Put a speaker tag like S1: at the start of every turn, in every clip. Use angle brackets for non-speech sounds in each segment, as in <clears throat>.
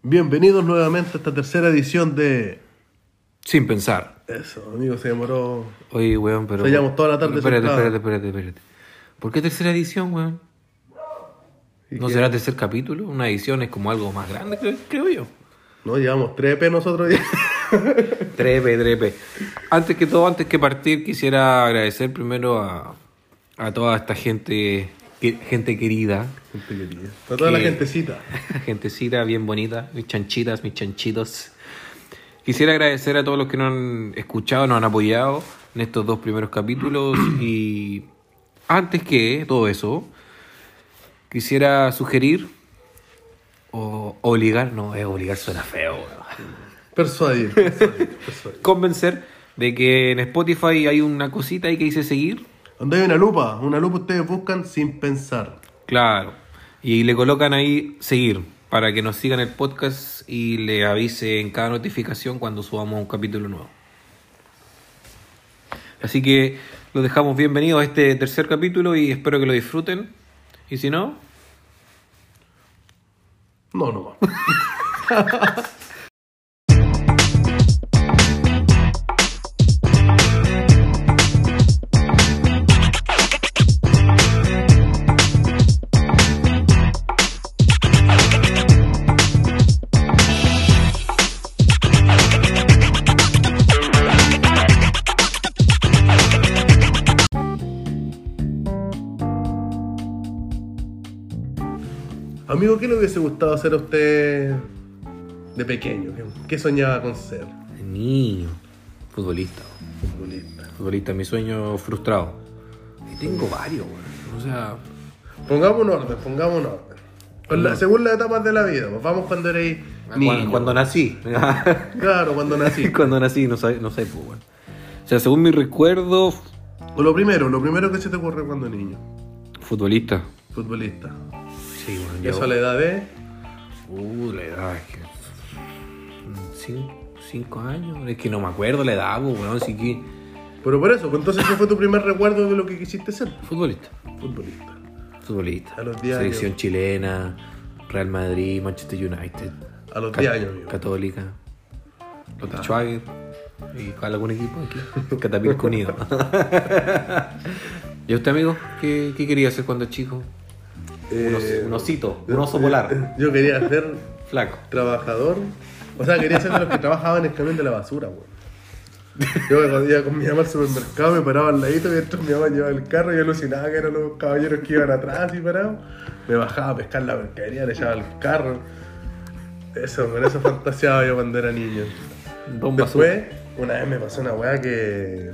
S1: Bienvenidos nuevamente a esta tercera edición de.
S2: Sin pensar.
S1: Eso, amigo, se demoró.
S2: Oye, weón, pero.
S1: Se llamó toda la tarde
S2: Espérate,
S1: sentado.
S2: espérate, espérate, espérate. ¿Por qué tercera edición, weón?
S1: ¿Y
S2: ¿No
S1: qué?
S2: será tercer capítulo? Una edición es como algo más grande, creo,
S1: <laughs>
S2: creo yo.
S1: No, llevamos tres EP nosotros ya.
S2: Trepe, trepe. Antes que todo, antes que partir, quisiera agradecer primero a, a toda esta gente, que- <laughs> gente querida,
S1: Gente querida. Para toda la
S2: Que-
S1: gentecita.
S2: <laughs> Gentecita bien bonita, mis chanchitas, mis chanchitos. Quisiera agradecer a todos los que nos han escuchado, nos han apoyado en estos dos primeros capítulos y antes que todo eso, quisiera sugerir o obligar, no, es obligar suena feo, weón.
S1: Persuadir, persuadir, persuadir.
S2: convencer de que en Spotify hay una cosita ahí que dice seguir,
S1: Donde hay una lupa, una lupa ustedes buscan sin pensar.
S2: Claro. Y le colocan ahí seguir para que nos sigan el podcast y le avise en cada notificación cuando subamos un capítulo nuevo. Así que los dejamos bienvenidos a este tercer capítulo y espero que lo disfruten. Y si no,
S1: No, no. Amigo, ¿qué le hubiese gustado hacer a usted de pequeño? ¿Qué- ¿Qué soñaba con ser?
S2: niño, futbolista.
S1: Futbolista.
S2: Futbolista, mi sueño frustrado. Y tengo varios, weón. O sea,
S1: Pongamos un orden, pongamos un orden. Con la- según las etapas de la vida, pues vamos cuando eres niño.
S2: cuando, cuando nací.
S1: Claro, cuando
S2: <laughs>
S1: nací.
S2: <laughs> cuando nací, no sé, no sé, pues, weón. O sea, según mi recuerdo,
S1: O lo primero, lo primero que se te ocurre cuando niño,
S2: futbolista.
S1: futbolista.
S2: Sí, bueno,
S1: Eso a la edad de.
S2: Uh, la edad es que... Cinco, cinco años, es que no me acuerdo la edad, pues, weón, sí que...
S1: Pero por eso, pues entonces, ¿qué fue tu primer recuerdo de lo que quisiste ser?
S2: Futbolista.
S1: Futbolista.
S2: Futbolista.
S1: A los diez
S2: Selección
S1: años.
S2: chilena, Real Madrid, Manchester United.
S1: A los
S2: Ca-
S1: 10 años, amigo.
S2: Católica.
S1: Ah.
S2: Los Schwager. ¿Y cuál algún equipo aquí? <laughs> Catapilco Unido. ¿Y usted, amigo? ¿Qué, qué quería hacer cuando chico? Un os-
S1: Eh,
S2: un osito, un oso polar,
S1: Yo quería ser
S2: flaco.
S1: trabajador. O sea, quería ser de los que trabajaban en el camión de la basura, weón. Yo me iba con mi mamá al supermercado, me paraba al ladito mientras mi mamá llevaba el carro y alucinaba que eran los caballeros que iban atrás y parados. Me bajaba a pescar la mercadería, le echaba el carro. Eso, con eso fantaseaba yo cuando era niño.
S2: Don Basura.
S1: Después, una vez me pasó una weá que.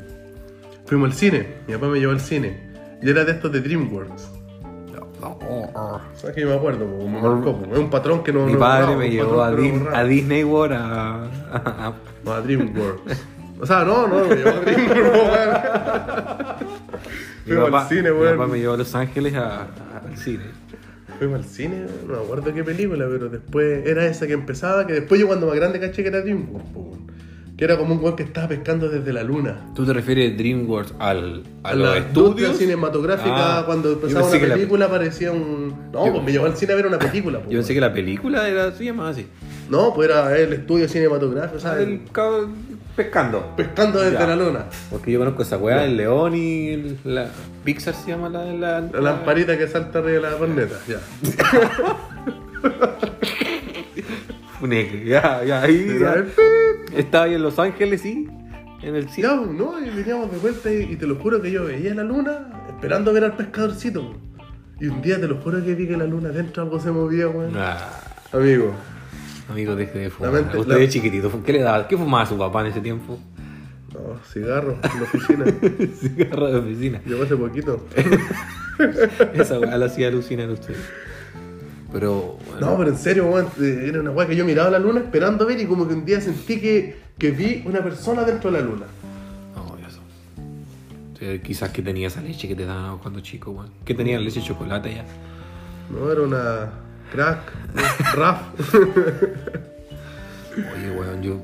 S1: Fuimos al cine, mi papá me llevó al cine. Y era de estos de DreamWorks. ¿Sabes que yo me acuerdo? po, Me marcó, po. Es un patrón que no.
S2: Ah. Mi
S1: no
S2: padre
S1: borraba,
S2: me
S1: un
S2: llevó
S1: patrón
S2: a,
S1: que no
S2: Dis-
S1: borraba.
S2: a Disney World a, a- a-
S1: No, a DreamWorks. O sea, no, no, me llevó a DreamWorks, weón.
S2: <laughs> mi
S1: Fuimos
S2: papá-
S1: al cine,
S2: mi papá me
S1: weón.
S2: llevó a Los Ángeles a- a- al cine.
S1: Fuimos al cine, no me acuerdo qué película, pero después era esa que empezaba, que después yo cuando más grande caché que era DreamWorks, po, weón. Que era como un weón que estaba pescando desde la luna.
S2: ¿Tú te refieres DreamWorks al, a,
S1: A
S2: los
S1: la
S2: estudios?
S1: industria cinematográfica,
S2: Ah,
S1: cuando
S2: yo
S1: empezaba
S2: pensé
S1: una
S2: que la-
S1: película, parecía un. No,
S2: Yo-
S1: pues me llevó al cine a ver una película. pues,
S2: yo pensé
S1: weón.
S2: que la película era, se llamaba así.
S1: No, pues era el estudio cinematográfico, o sea, el-
S2: El cab- pescando.
S1: pescando desde
S2: Ah, Ya.
S1: la luna.
S2: Porque yo conozco esa weá, el león y el- la... Pixar se llama la... la,
S1: La lamparita que salta arriba de la corneta, ya.
S2: Funeque, Ya, ya, ahí... ya. Estaba ahí en Los Ángeles, sí. En el cine.
S1: Ya, pues, no, y veníamos de vuelta y, y te lo juro que yo veía la luna esperando ver al pescadorcito. pues. Y un día te lo juro que vi que la luna dentro algo se movía, weón.
S2: Ah.
S1: Amigo,
S2: Amigo, deje de fumar.
S1: La mente-
S2: Usted
S1: la-
S2: es chiquitito. ¿Qué le daba? ¿Qué fumaba su papá en ese tiempo? <laughs>
S1: no, cigarro en la oficina.
S2: Cigarro de oficina.
S1: Llegó hace poquito.
S2: Esa weá la hacía alucinar usted. Pero, bueno,
S1: No, pero en serio, weón, eh, era una weá que yo miraba la luna esperando ver y como que un día sentí que, que vi una persona dentro de la luna.
S2: no, eso. Eh, Quizás que tenía esa leche que te daban cuando chico, weón. Que tenía leche de chocolate ya.
S1: No, era una crack,
S2: <laughs>
S1: raf.
S2: Oye, weón, yo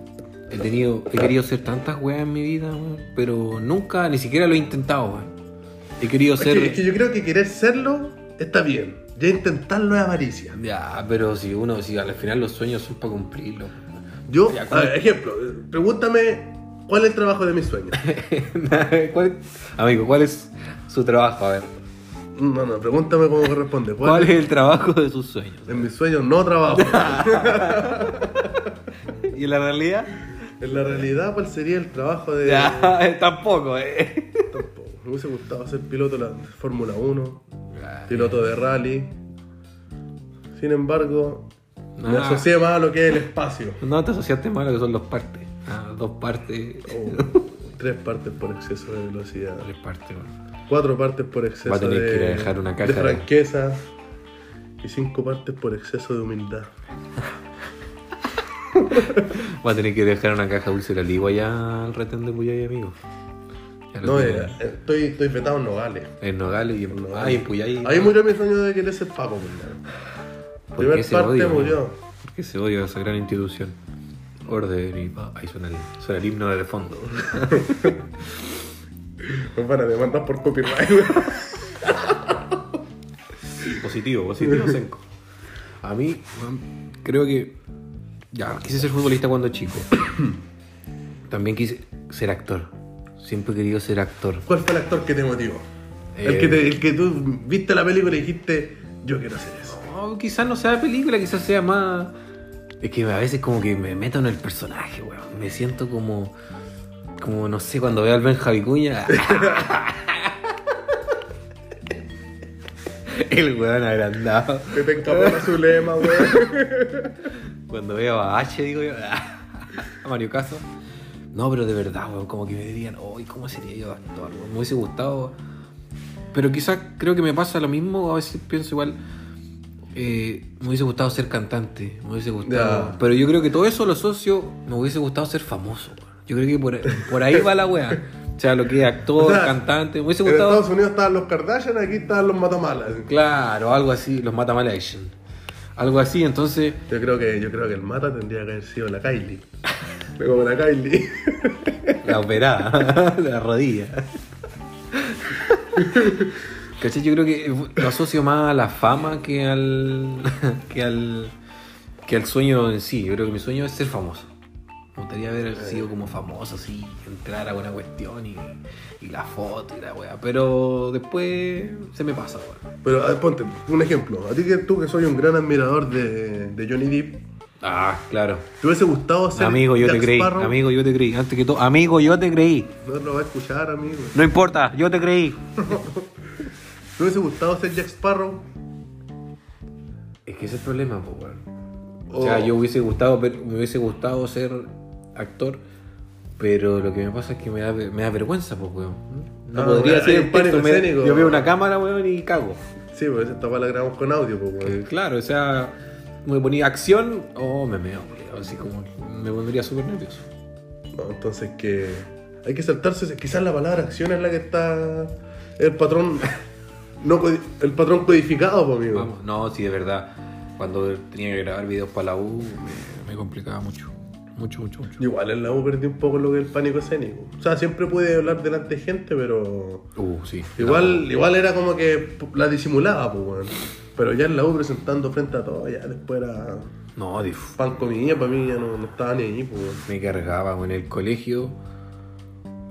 S2: he tenido, he querido hacer tantas weas en mi vida, weón. Pero nunca, ni siquiera lo he intentado, weón. He querido
S1: Es que,
S2: ser.
S1: es que yo creo que querer serlo está bien. Ya intentarlo es avaricia.
S2: Ya, pero si uno, si al final los sueños son para <laughs> cumplirlos.
S1: Yo,
S2: Ya,
S1: a
S2: ¿cuál?
S1: ver, ejemplo, eh, pregúntame cuál es el trabajo de mis sueños.
S2: ¿Cuál- amigo, ¿cuál es su trabajo? A ver.
S1: No, no, pregúntame cómo corresponde. ¿Cuál,
S2: ¿Cuál es el trabajo de sus sueños?
S1: En mis sueños no trabajo.
S2: ¿Y la realidad?
S1: en la realidad, ¿cuál sería el trabajo de.?
S2: Ya, <laughs> tampoco, eh.
S1: Tampoco. Me hubiese gustado ser piloto de la Fórmula 1,
S2: Ah,
S1: piloto de rally. Sin embargo, me
S2: Ah.
S1: asocié más a lo que es el espacio.
S2: No te asociaste mal a lo que son los partes. Ah, dos partes.
S1: Oh, tres partes por exceso de velocidad.
S2: Tres partes, bueno.
S1: Cuatro partes por exceso
S2: Va a tener
S1: de,
S2: que ir a dejar una caja
S1: de
S2: de-
S1: franqueza. Y cinco partes por exceso de humildad.
S2: Va a tener que dejar una caja dulce de la ligua ya al retén de Puyay, amigo. Ya lo
S1: No,
S2: tiene.
S1: eh, estoy, estoy vetado en Nogales.
S2: En Nogales y en, ah, y en Puyay.
S1: Ahí murió mi sueño de querer ser Paco. pues,
S2: ¿Por qué
S1: Primer
S2: ese
S1: parte
S2: odio,
S1: murió.
S2: Porque se odia a esa gran institución. Orden y paz. Ahí suena el, suena el himno de fondo.
S1: Pues van a demandar por copyright. güey.
S2: positivo, positivo, Senko. A mí, man, creo que. Ya, quise ser futbolista cuando chico. También quise ser actor. Siempre he querido ser actor.
S1: ¿Cuál fue el actor que te motivó? El,
S2: Eh,
S1: que te- el que tú viste la película y dijiste, yo quiero hacer eso.
S2: No, quizás no sea película, quizás sea más. Es que a veces como que me meto en el personaje, weón. Me siento como. Como no sé, cuando veo al Ben Javicuña. <laughs> el weón agrandado.
S1: Que te encapota su lema,
S2: <laughs>
S1: güey.
S2: Cuando veo a H, digo yo, a Mario Caso. No, pero de verdad, weón, como que me dirían, uy, ¿cómo sería yo de actor? weón? Me hubiese gustado. Pero quizás creo que me pasa lo mismo, a veces pienso igual, eh, me hubiese gustado ser cantante, me hubiese gustado...
S1: Ya.
S2: Pero yo creo que todo eso lo asocio, me hubiese gustado ser famoso. weón. Yo creo que por, por ahí va la weá. O sea, lo que es actor, <laughs>
S1: O sea,
S2: cantante, me hubiese
S1: En
S2: gustado...
S1: Estados Unidos estaban los Kardashian, aquí estaban los Matamalas.
S2: Claro, algo así, los Mata Mal Action. Algo así, entonces...
S1: Yo creo que, yo creo que el mata tendría que haber sido la Kylie. Fue <laughs> Como la Kylie.
S2: La operada, <laughs> la rodilla. ¿Cachai? Yo creo que lo asocio más a la fama que al. <laughs> que al. que al sueño en sí. Yo creo que mi sueño es ser famoso. Me gustaría haber sido como famoso, así, entrar a una cuestión y, y la foto y la weá. Pero después se me pasa, weón.
S1: Pero a ver, ponte un ejemplo. A ti que tú que soy un gran admirador de, de Johnny Depp,
S2: Ah, claro.
S1: ¿te hubiese gustado ser
S2: Amigo, yo
S1: Jack
S2: te creí.
S1: Sparrow?
S2: Amigo, yo te creí. Antes que todo, amigo, yo te creí.
S1: No lo va a escuchar, amigo.
S2: No importa, yo te creí.
S1: ¿Te hubiese gustado ser Jack Sparrow?
S2: Es que ese es el problema, pues, weón.
S1: O-
S2: O sea, yo hubiese gustado, ver- me hubiese gustado ser actor, pero lo que me pasa es que me da, me da vergüenza, pues, weón. No
S1: Ah,
S2: podría
S1: weón, hay
S2: ser
S1: un pánico
S2: me-
S1: escénico.
S2: Yo veo una cámara, weón, y cago.
S1: Sí, pues esta weá la grabamos con audio, pues, weón.
S2: Eh, Claro, o sea, me ponía acción, oh, me meo, weón. Así como que me volvería súper nervioso.
S1: No, entonces que hay que saltarse, quizás la palabra acción es la que está el patrón <laughs> no codi- el patrón codificado, pues, amigo.
S2: Vamos, no, sí, de verdad. Cuando tenía que grabar videos para la U, me, me complicaba mucho. Mucho, mucho, mucho.
S1: Igual en la U perdí un poco lo que es el pánico escénico. O sea, siempre pude hablar delante de gente, pero
S2: Uh, sí.
S1: igual igual era como que p- la disimulaba, pues, weón. Pero ya en la U presentando frente a todo, ya después era
S2: No, dif-
S1: pan comida, para mí ya no, no estaba ni ahí, pues, weón.
S2: me cargaba en el colegio.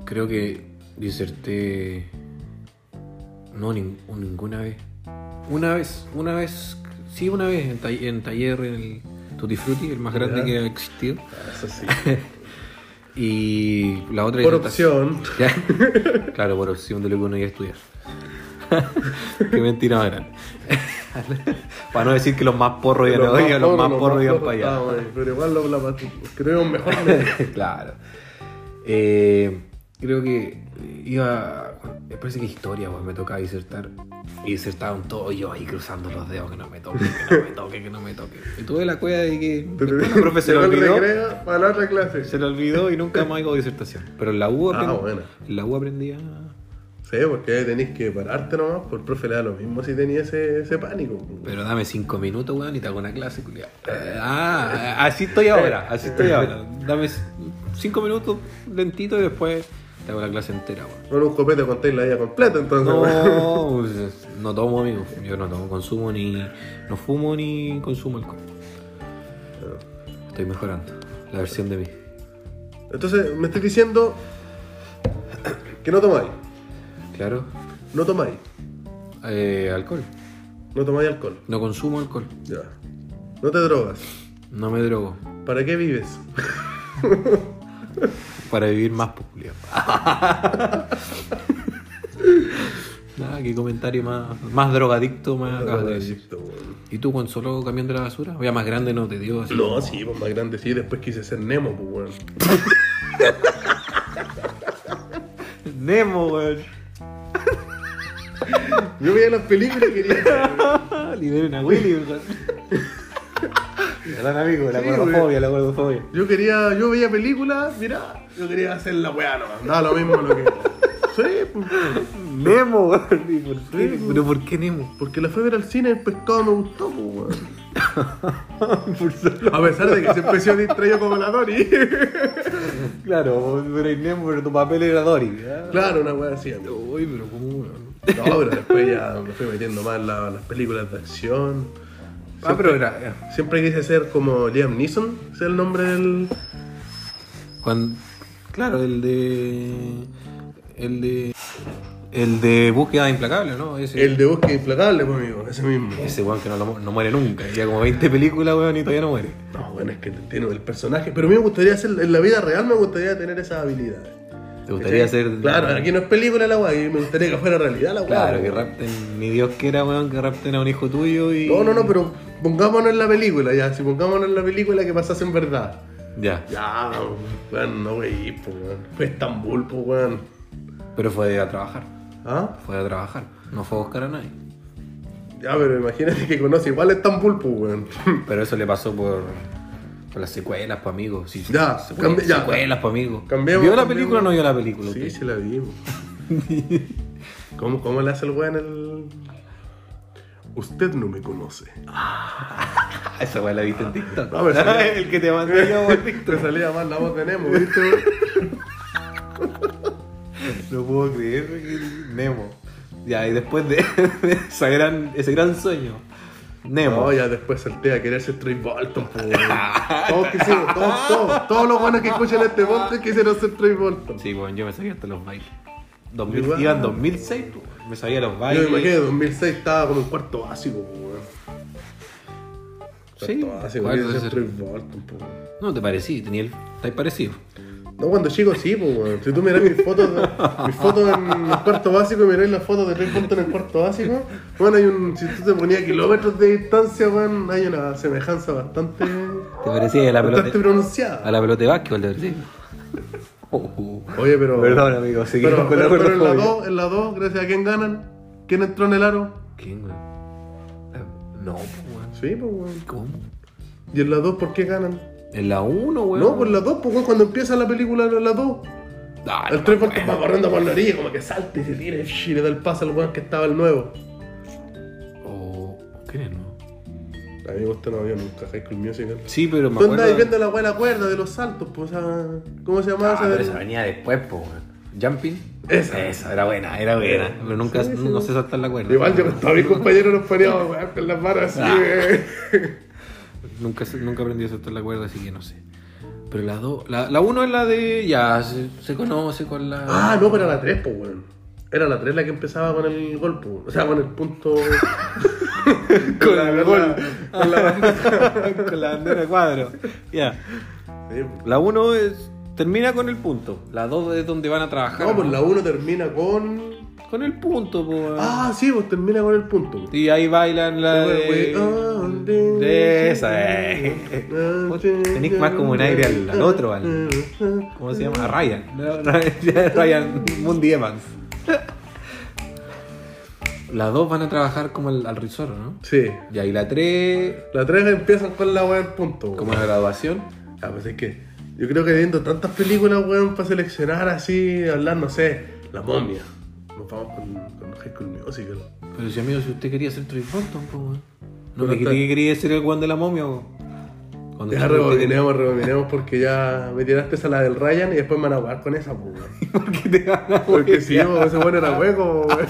S2: Creo que diserté. No, nin- ninguna vez. Una vez, una vez, sí, una vez en, tall- en taller, en el Tutti Frutti, el más grande
S1: Ya.
S2: que ha existido.
S1: Ah, Eso
S2: <laughs>
S1: sí.
S2: Y la otra
S1: Por
S2: disertación-
S1: opción.
S2: Ya. Claro, por opción de lo que uno iba a estudiar. <laughs> Qué mentira más grande. <laughs> Para no decir que los más porros iban a
S1: Los más
S2: oiga, los
S1: porros,
S2: más porros iban para allá.
S1: estaban ahí, Pero igual lo, la, creo que es mejor.
S2: <laughs>
S1: ¿no?
S2: claro. Eh, creo que iba. Me parece que historia, pues, me tocaba disertar. Y disertaban todo y yo ahí cruzando los dedos que no me toque, que no me toque, que no me toque. Y tuve la cueva de que el profe se lo
S1: Llegó el
S2: olvidó.
S1: recreo para la otra clase.
S2: Se lo olvidó y nunca más hago disertación. Pero en la U
S1: Ah,
S2: aprendí.
S1: bueno.
S2: en la U aprendí a-
S1: Sí, porque ahí tenés que pararte nomás, por el profe le da lo mismo si tenía ese, ese pánico.
S2: Pero dame cinco minutos, weón, y te hago una clase, culiao. Ah, así estoy ahora, así estoy ahora. Dame c- cinco minutos lentito y después Te hago la clase entera, weón.
S1: Con un copete contáis la vida completa, <laughs> entonces, weón.
S2: No, pues, no tomo, amigo. Yo no tomo, consumo ni. No fumo ni consumo alcohol. Estoy mejorando. La versión de mí.
S1: Entonces, me estás diciendo que no tomáis.
S2: Claro.
S1: No tomáis.
S2: Eh, alcohol.
S1: No tomáis alcohol.
S2: No consumo alcohol.
S1: Ya. No te drogas.
S2: No me drogo.
S1: ¿Para qué vives?
S2: Para vivir más pues, popular. <laughs> Nada, qué comentario más, más drogadicto, más acabas de decir.
S1: Drogadicto, weón.
S2: ¿Y tú con solo camión de la basura? O ya más grande no te dio así.
S1: No, sí, pues más grande sí. Después quise ser Nemo, pues, weón.
S2: Nemo, weón.
S1: Yo veía las películas y quería ser.
S2: Ah, Liberen a Willy, weón. Perdón, amigo,
S1: la gordofobia,
S2: la gordofobia.
S1: Yo quería, yo veía películas, mirá, yo quería hacer la weá nomás. Daba lo mismo <laughs> lo que. Sí, pues,
S2: Nemo, weón. ¿Y por qué? ¿Pero por qué Nemo?
S1: porque la fue a ver al cine, el pescado me gustó, pues, weón.
S2: por solo...
S1: A pesar de que siempre he sido distraído como la Dory.
S2: Claro, vos eres Nemo, pero tu papel era Dory. ¿eh?
S1: <laughs> claro, una weá así. amigo.
S2: Uy, pero cómo, weón.
S1: No, pero después ya me fui metiendo más en la- las películas de acción.
S2: Ah, pero era.
S1: Siempre quise ser como Liam Neeson, ese es el nombre del.
S2: Cuando, claro, el de. El de. El de búsqueda implacable, ¿no? Ese,
S1: El de Bosque Implacable, pues, amigo, ese mismo.
S2: ese weón que no, lo mu- no muere nunca. Ya como 20 películas, weón, y todavía no muere.
S1: No, bueno, es que tiene el personaje. Pero a mí me gustaría ser, en la vida real me gustaría tener esas habilidades.
S2: ¿Te gustaría
S1: ¿Cachai?
S2: ser.
S1: Claro, aquí no es película la weá, y me gustaría que fuera realidad la weá.
S2: Claro, que rapten. Ni Dios quiera, weón, que rapten a un hijo tuyo y.
S1: No, no, no, pero pongámonos en la película ya. Si pongámonos en la película que pasase en verdad.
S2: Ya.
S1: Ya, weón, no wey, pues, weón. Fue Estambul, pues, weón.
S2: Pero fue a trabajar.
S1: ¿Ah?
S2: Fue a trabajar. No fue a buscar a nadie.
S1: Ya, pero imagínate que conoce igual a Estambul, pues, weón.
S2: Pero eso le pasó por. Por las secuelas, pues amigos. Sí,
S1: Ya,
S2: secuelas,
S1: cambi- ya.
S2: secuelas, pues amigos.
S1: Cambiemos,
S2: ¿Vio la
S1: cambiemos.
S2: película o <laughs> no vio la película?
S1: Sí,
S2: usted?
S1: se la
S2: <laughs>
S1: vi, po. ¿Cómo, ¿Cómo le hace el weón el. Usted no me conoce.
S2: Ah, Esa weá la viste en TikTok.
S1: No, Ah, pero salió-
S2: <laughs> el que te mandé yo
S1: <laughs>
S2: por TikTok.
S1: Te salía más la voz de Nemo, ¿viste? weón?
S2: No puedo creer que Nemo. Ya, y después de, <laughs> de esa gran, ese gran sueño, Nemo.
S1: No, ya después salté a querer ser Troy Bolton, po, weón.
S2: <laughs>
S1: Todos quisimos, todos, todos, todos los buenos que escuchan este podcast quisieron ser Troy Bolton.
S2: Sí, bueno, yo me sabía hasta los bailes. 2000,
S1: Igual.
S2: Iban 2006, pues, me sabía los
S1: Yo me
S2: bailes.
S1: imagino que en 2006 estaba como un cuarto básico, po, weón.
S2: ah, Sí,
S1: Cuarto básico,
S2: cuarto
S1: quería ser
S2: ser-
S1: Troy Bolton, po, weón.
S2: No, te parecí, tenía el. Estáis parecido.
S1: No, cuando chico sí, po, weón. Si tú miras mis fotos, mis fotos en el cuarto básico y miráis las fotos de Troy Bolton en el cuarto básico, bueno, hay un, si tú te ponías a kilómetros de distancia, weón, hay una semejanza bastante,
S2: Te parecía a la pelota.
S1: bastante pronunciada.
S2: A la pelota de básquetbol, te parecía. <laughs> Oh, oh.
S1: Oye, pero.
S2: Perdón, amigo, seguimos
S1: pero,
S2: con la
S1: pero, pero en la
S2: gordofobia.
S1: 2, en la 2, gracias a quién ganan. ¿Quién entró en el aro?
S2: ¿Quién, weón? No, pues, weón.
S1: Sí, pues, weón.
S2: ¿Cómo?
S1: ¿Y en la 2 por qué ganan?
S2: En la 1, weón.
S1: No, pues en la 2, pues, weón, cuando empieza la película en la 2.
S2: Ah, no
S1: El
S2: me
S1: 3
S2: acuerdo.
S1: va corriendo por la orilla, como que salta y se tira y le da el pase al weón que estaba el nuevo.
S2: O. ¿Quién es, Oh, no?
S1: A mí me gusta no había nunca High School Musical.
S2: Sí, pero me
S1: Tú andabas
S2: acuerdo.
S1: viendo la buena cuerda de los saltos, pues, o sea, ¿cómo se llamaba
S2: Ah,
S1: esa?
S2: pero esa venía después, po. weón. Jumping.
S1: Esa.
S2: Esa, era buena, era buena. Pero nunca no sé saltar la cuerda.
S1: Igual yo con todos mis compañeros nos poníamos, weón, con las manos así,
S2: Ah.
S1: weón.
S2: Nunca, sé- nunca aprendí a saltar la cuerda, así que no sé. Pero la dos. La, la uno es la de. Ya, se, se conoce con la.
S1: Ah, no, pero era la 3, pues, weón. Era la 3 la que empezaba con el gol, pues, O sea, con el punto. <laughs>
S2: con
S1: la-
S2: el
S1: <laughs> con la-
S2: gol. Con la, bandera de cuadro. Ya.
S1: pues.
S2: La uno es. Termina con el punto. La dos es donde van a trabajar.
S1: No, pues la 1 termina con.
S2: Con el punto, po. weón.
S1: Ah, sí, pues termina con el punto. po.
S2: Y ahí bailan la
S1: We
S2: de...
S1: are the-
S2: de esa, eh.
S1: <laughs> Ah,
S2: Tenés más como un aire al, al otro, al... ¿Cómo se llama? A Ryan. No, no, Ryan Mundy Evans. Las dos van a trabajar como al, al risoro, ¿no?
S1: Sí.
S2: Y ahí la tres,
S1: La 3 empiezan con la weá del punto. po.
S2: como la graduación.
S1: Ah, pues es que yo creo que viendo tantas películas, weón, para seleccionar así, hablar, no sé, La momia. Nos vamos con, con High School Musical.
S2: Pero si, amigo, si usted quería ser Troy Bolton, po, weón. No
S1: Pero
S2: me
S1: está-
S2: quería que quería ser el guan de la momia, po.
S3: Cuando
S1: Ya rebobinemos, rebobinemos porque ya me tiraste esa la del Ryan y después me van a jugar con esa,
S2: <laughs>
S1: pues, weón.
S3: ¿Por qué te van a
S1: Porque
S3: huevear?
S1: si yo, ese bueno era hueco, weón.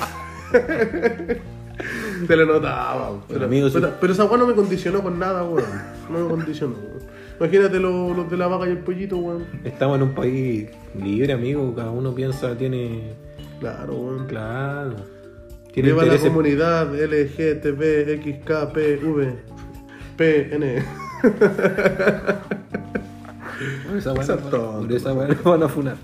S1: <laughs> Se le notaba, weón.
S2: Bueno, amigo, sí.
S1: pero, pero esa weón no me condicionó con nada, weón. No me condicionó, weón. Imagínate lo- los de la vaca y el pollito, weón.
S2: Estamos en un país libre, amigo. Cada uno piensa, tiene.
S1: Claro, weón.
S2: Claro. Tiene
S1: Viva la
S2: intereses.
S1: comunidad LGTB, XKPV, PN.
S2: Por esa weá
S1: Exacto.
S2: nos van- por esa weá nos van a funar.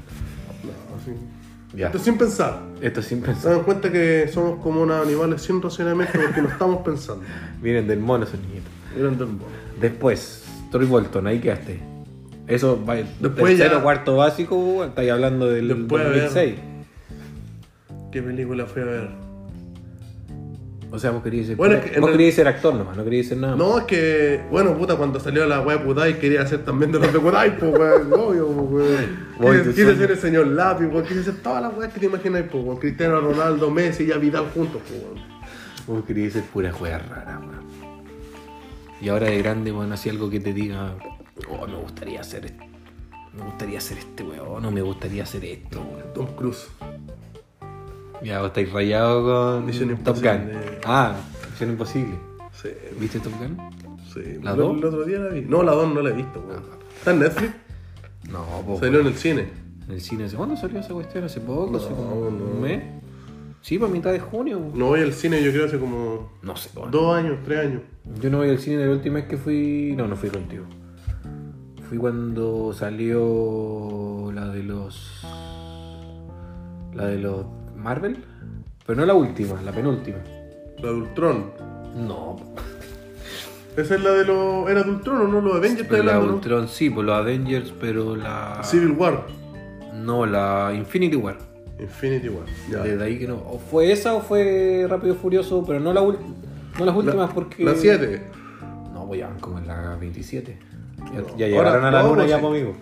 S1: Así.
S2: Ya.
S1: Esto sin pensar.
S2: Esto sin
S1: Se
S2: pensar.
S1: dan cuenta que somos como unos animales sin racionamiento porque no estamos
S2: <laughs>
S1: pensando.
S2: Vienen del mono esos niñitos.
S1: Eran del mono.
S2: Después, Troy Bolton, ahí quedaste. Eso va
S1: Después
S2: Después tercero,
S1: ya-
S2: cuarto básico, weón, estáis hablando del
S1: Después, a ver.
S2: 2006.
S1: ¿Qué película fue a ver?
S2: O sea, vos querías ser,
S1: Bueno, es que en
S2: vos
S1: real-
S2: querías ser actor nomás, no querías ser nada más.
S1: No, es que, bueno, puta, cuando salió la wea Kudai quería hacer también de los de Kudai, pues,
S2: <laughs>
S1: weón, obvio, pues,
S2: Voy,
S1: weón. Quise,
S2: te
S1: quise
S2: sueño.
S1: ser el señor lápiz, weón, quise ser todas las weas que te imaginas, pues, weón. Cristiano Ronaldo, Messi y Vidal juntos, pues, weón.
S2: Vos querías ser pura juega rara, weón. Y ahora de grande, bueno, así algo que te diga, oh, me gustaría ser est- me gustaría ser este weón, no me gustaría hacer esto, weón.
S1: Tom Cruise.
S2: Ya, vos estáis rayado con
S1: Misión
S2: Top Gun.
S1: Imposible.
S2: Ah, Misión Imposible.
S1: Sí,
S2: ¿Viste Top Gun?
S1: sí.
S2: ¿La Ah,
S1: Pero
S2: dos?
S1: El otro día la vi. No, la 2 no la he visto, weón. ¿Está en Netflix?
S2: No, vos.
S1: Salió en el cine.
S2: En el cine, ¿hace cuándo salió esa cuestión? ¿Hace poco? ¿Hace
S1: No,
S2: como
S1: no.
S2: un mes? Sí, para mitad de junio.
S1: No voy al cine, yo creo, hace como
S2: No sé, bueno.
S1: dos años, tres años.
S2: Yo no voy al cine la última vez que fui. No, no fui contigo. Fui cuando salió la de los. La de los Marvel. Pero no la última, la penúltima.
S1: La de Ultron.
S2: No,
S1: Esa es la de los. ¿Era de Ultron o no? Los Avengers, está
S2: pero la
S1: hablando, ¿no?
S2: Ultron sí, por los Avengers, pero la.
S1: Civil War.
S2: No, la Infinity War.
S1: Infinity War. Ya.
S2: Desde ahí que no. O fue esa o fue Rápido y Furioso, pero no, la ul- no las últimas porque.
S1: La 7.
S2: No, voy a como en la 27. Ya,
S1: No.
S2: ya llegaron
S1: Ahora,
S2: a la
S1: no,
S2: luna
S1: pues
S2: ya,
S1: sí.
S2: conmigo.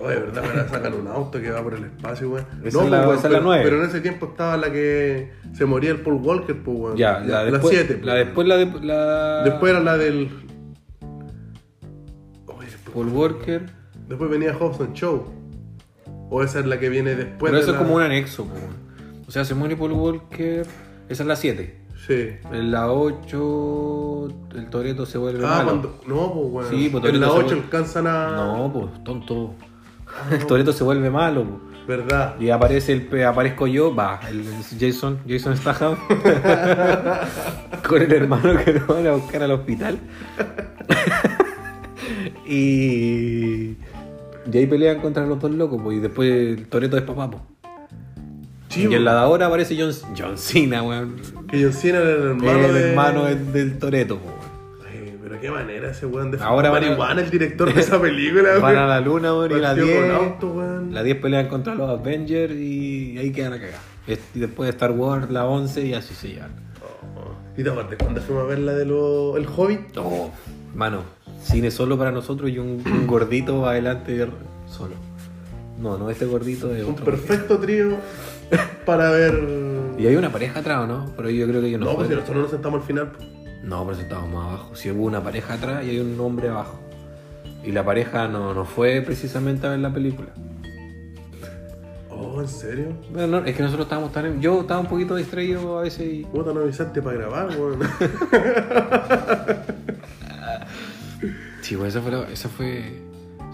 S1: Oye, ¿verdad? Me la sacan un auto que va por el espacio, weón.
S2: Esa es la-
S1: pues, weón,
S2: esa es la
S1: pero,
S2: nueve.
S1: Pero en ese tiempo estaba la que se moría el Paul Walker, pues, weón.
S2: Ya, la después.
S1: siete,
S2: La
S1: pues.
S2: después la de. La...
S1: Después era la del. Oye, después,
S2: Paul Walker.
S1: después venía Hobson Show. O esa es la que viene después.
S2: pero
S1: de
S2: eso es
S1: la-
S2: como un anexo, po, weón. O sea, se muere Paul Walker. Esa es la 7.
S1: Sí.
S2: En la 8. El Toreto se vuelve
S1: Ah,
S2: malo.
S1: cuando. No, pues, weón.
S2: Sí, pues,
S1: en la
S2: Toretto se
S1: 8
S2: vol-
S1: alcanzan a.
S2: No, pues, tonto.
S1: Ah,
S2: <laughs> El Toreto se vuelve malo, pues. po.
S1: ¿Verdad?
S2: Y aparece el pe- aparezco yo, va, el Jason,
S1: <laughs>
S2: Jason Statham con el hermano que lo van a buscar al hospital. y y ahí pelean contra los dos locos, pues, y después el Toreto es papá, pues.
S1: Sí, pues.
S2: Y en
S1: weón.
S2: la de ahora aparece John, John Cena, weón.
S1: Que John Cena era el hermano
S2: El
S1: de...
S2: hermano del, del Toreto, pues. weón.
S1: Ay, pero qué manera ese weón de
S2: Ahora van a-
S1: marihuana, el
S2: <laughs>
S1: director de esa película,
S2: Van
S1: weón.
S2: a la luna, weón, y la
S1: Partió
S2: 10.
S1: con auto, weón.
S2: La 10 pelean contra los Avengers y ahí quedan a cagar. Y después de Star Wars, la 11 y así se llevan.
S1: Oh. Y te aparte, cuando fuimos a ver la de los... El Hobbit,
S2: No, Oh. mano, cine solo para nosotros y un, <clears throat> un gordito adelante de- solo. No, no, este gordito es
S1: un
S2: otro.
S1: perfecto trío para ver...
S2: Y hay una pareja atrás, ¿o no? Pero yo creo que ellos no,
S1: No, pues si nosotros
S2: fueron.
S1: nos sentamos al final. pues.
S2: No, pero si estábamos más abajo. Si hubo una pareja atrás y hay un hombre abajo. Y la pareja no, no fue precisamente a ver la película.
S1: Oh, ¿en serio?
S2: Bueno, no, es que nosotros estábamos tan... Yo estaba un poquito distraído a veces y...
S1: Puta, no avisaste para grabar, weón.
S2: Sí, pues esa fue la- Esa fue,